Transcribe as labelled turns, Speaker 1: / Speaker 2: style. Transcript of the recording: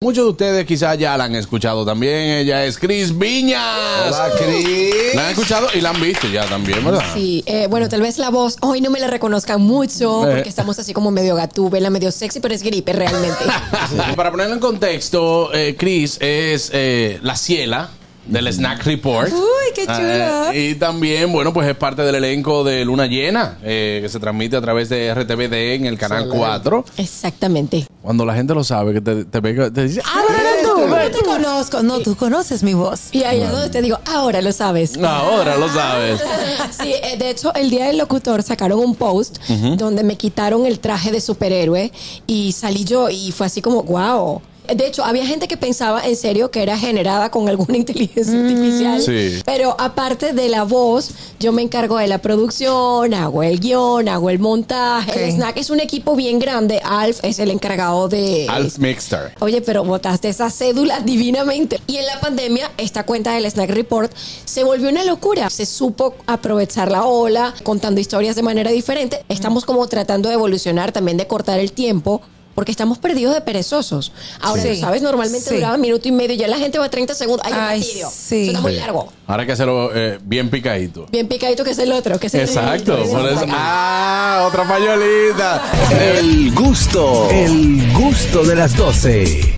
Speaker 1: Muchos de ustedes quizás ya la han escuchado también. Ella es Cris Viñas.
Speaker 2: Hola, Cris.
Speaker 1: La han escuchado y la han visto ya también, ¿verdad?
Speaker 3: Sí, eh, bueno, tal vez la voz hoy no me la reconozcan mucho
Speaker 1: Eh.
Speaker 3: porque estamos así como medio gatúbela, medio sexy, pero es gripe realmente.
Speaker 1: Sí. Para ponerlo en contexto, eh, Cris es eh, la ciela del Snack Report.
Speaker 3: Uy, qué
Speaker 1: Ah,
Speaker 3: chulo.
Speaker 1: eh, y también, bueno, pues es parte del elenco de Luna Llena, eh, que se transmite a través de RTVD en el canal 4.
Speaker 3: Exactamente.
Speaker 1: Cuando la gente lo sabe, que te, te pega- te dice, ¡ah,
Speaker 4: Ahora no, tú, yo te conozco. No, tú conoces mi voz.
Speaker 3: Y ahí es donde te digo, ahora lo sabes.
Speaker 1: ahora lo sabes!
Speaker 3: Sí, eh, de hecho, el día del locutor sacaron un post donde me quitaron el traje de superhéroe y salí yo y fue así como, wow. De hecho, había gente que pensaba en serio que era generada con alguna inteligencia artificial.
Speaker 1: Sí.
Speaker 3: Pero aparte de la voz, yo me encargo de la producción, hago el guión, hago el montaje. El
Speaker 4: Ok.
Speaker 3: snack es un equipo bien grande. Alf es el encargado de...
Speaker 1: Alf Mixter.
Speaker 3: Oye, pero botaste esa cédula divinamente. Y en la pandemia, esta cuenta del Snack Report se volvió una locura. Se supo aprovechar la ola, contando historias de manera diferente. Estamos como tratando de evolucionar, también de cortar el tiempo. Porque estamos perdidos de perezosos. Ahora,
Speaker 4: Sí.
Speaker 3: tú ¿sabes? Normalmente
Speaker 4: Sí.
Speaker 3: duraba un minuto y medio. Ya la gente va 30 segundos. Ay,
Speaker 4: Ay,
Speaker 3: un fastidio.
Speaker 4: sí.
Speaker 3: Eso está muy largo.
Speaker 1: Ahora hay que hacerlo eh, bien picadito.
Speaker 3: Bien picadito que es el otro. Que es el
Speaker 1: Exacto, por eso. Ah, otra pañolita.
Speaker 5: El gusto, el gusto de las doce.